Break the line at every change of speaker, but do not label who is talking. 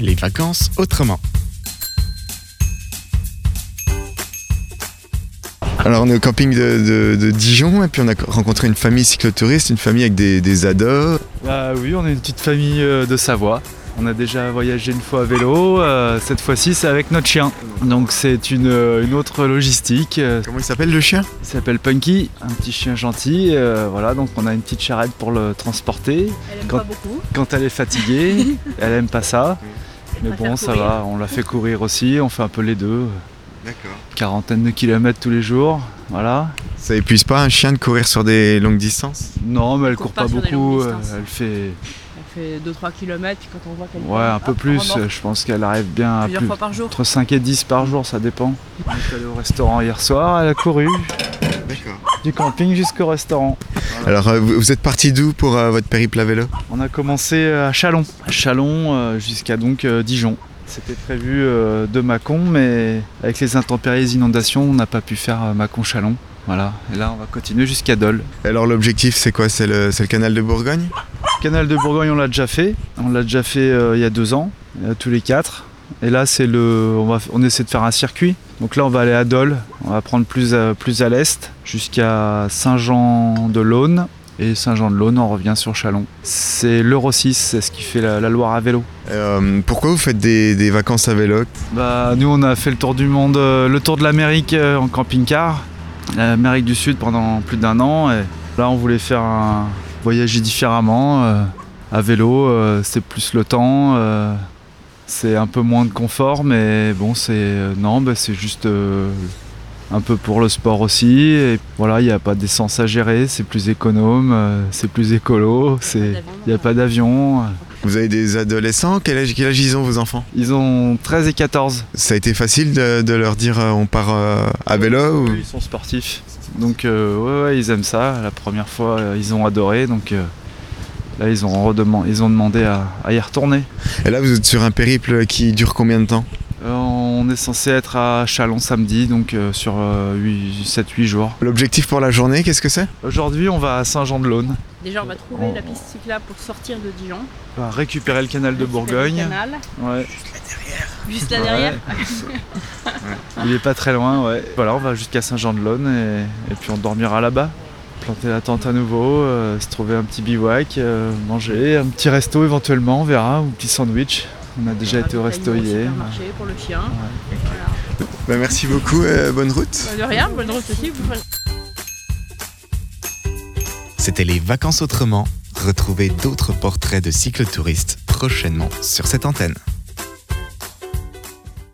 les vacances autrement.
Alors on est au camping de, de- de Dijon et puis on a rencontré une famille cyclotouriste, une famille avec des, des ados.
Bah oui, on est une petite famille euh, de Savoie. On a déjà voyagé une fois à vélo, euh, cette fois-ci c'est avec notre chien. Donc c'est une, euh, une autre logistique. euh,
Comment il s'appelle le chien
Il s'appelle Punky, un petit chien gentil. euh, voilà, donc on a une petite charrette pour le transporter.
Elle aime
Quand-
pas beaucoup.
Quand elle est fatiguée, elle aime pas ça. Mais
préfère
bon, ça
courir.
va, on la fait courir aussi, on fait un peu les deux.
D'accord.
Quarantaine de kilomètres tous les jours, voilà.
Ça épuise pas un chien de courir sur des longues distances
Non, mais elle
court
court
pas
pas
sur des longues
beaucoup, euh,
distances.
elle fait
Elle fait 2-3 km, puis quand on voit qu'elle.
ouais, un peu
Hop,
plus.
remorque
Je pense qu'elle arrive bien à
Plusieurs
plus,
fois par jour.
Entre 5 et 10 par jour, ça dépend. On est allé au restaurant hier soir, elle a couru
D'accord.
du camping jusqu'au restaurant.
Alors euh, vous, vous êtes parti d'où pour euh, votre périple à vélo
On a commencé euh, à Chalon, à Chalon euh, jusqu'à donc euh, Dijon. C'était prévu euh, de Mâcon, mais avec les intempéries et les inondations, on n'a pas pu faire euh, Mâcon-Chalon. Voilà, et là on va continuer jusqu'à Dole.
Alors l'objectif c'est quoi C'est le, c'est le canal de Bourgogne
Canal de Bourgogne, on l'a déjà fait. On l'a déjà fait euh, il y a deux ans, euh, tous les quatre. Et là, c'est le, on, va, on essaie de faire un circuit. Donc là, on va aller à Dole. On va prendre plus à, plus à l'est, jusqu'à Saint-Jean-de-Laune. Et Saint-Jean-de-Laune, on revient sur Chalon. C'est l'Euro 6, c'est ce qui fait la, la Loire à vélo.
Euh, Pourquoi vous faites des, des vacances à vélo
Bah, nous, on a fait le tour du monde, euh, le tour de l'Amérique euh, en camping-car, l'Amérique du Sud pendant plus d'un an. Et là, on voulait faire un voyager différemment. euh, à vélo, euh, c'est plus le temps, euh, c'est un peu moins de confort, mais bon, c'est euh, non, bah, c'est juste euh, un peu pour le sport aussi. Et voilà, il n'y a pas d'essence à gérer, c'est plus économe, euh, c'est plus écolo, c'est il n'y a pas d'avion.
Vous avez des adolescents quel âge, quel âge ils ont vos enfants
Ils ont 13 et 14.
Ça a été facile de, de leur dire euh, on part euh, à vélo
Oui,
ou-
Ils sont sportifs. Mm. Donc euh, ouais, ouais, ils aiment ça. La première fois, euh, ils ont adoré. Donc euh, là, ils ont, redeman- ils ont demandé à, à y retourner.
Et là vous êtes sur un périple qui dure combien de temps
Euh, on est censé être à Chalon samedi, donc euh, sur 7-8 jours.
L'objectif pour la journée qu'est-ce que c'est
Aujourd'hui, on va à Saint-Jean-de-Laune.
Déjà, on va trouver
On-
la piste cyclable pour sortir de Dijon.
On va récupérer le canal de
Récupérer le
Bourgogne.
canal.
Ouais.
Juste là derrière.
Il est pas très loin, ouais. Voilà, on va jusqu'à Saint-Jean-de-Laune et, et puis on dormira là-bas. Planter la tente à nouveau, euh, se trouver un petit bivouac, euh, manger, un petit resto éventuellement, on verra, ou un petit sandwich. On a déjà
On va
été au
rajouter
resto
une
hier.
supermarché pour le chien.
Bah, Merci beaucoup, euh, bonne route
Voilà. De rien, Bah, bonne route aussi. Vous faites-
C'était les vacances autrement. Retrouvez d'autres portraits de cyclotouristes prochainement sur cette antenne.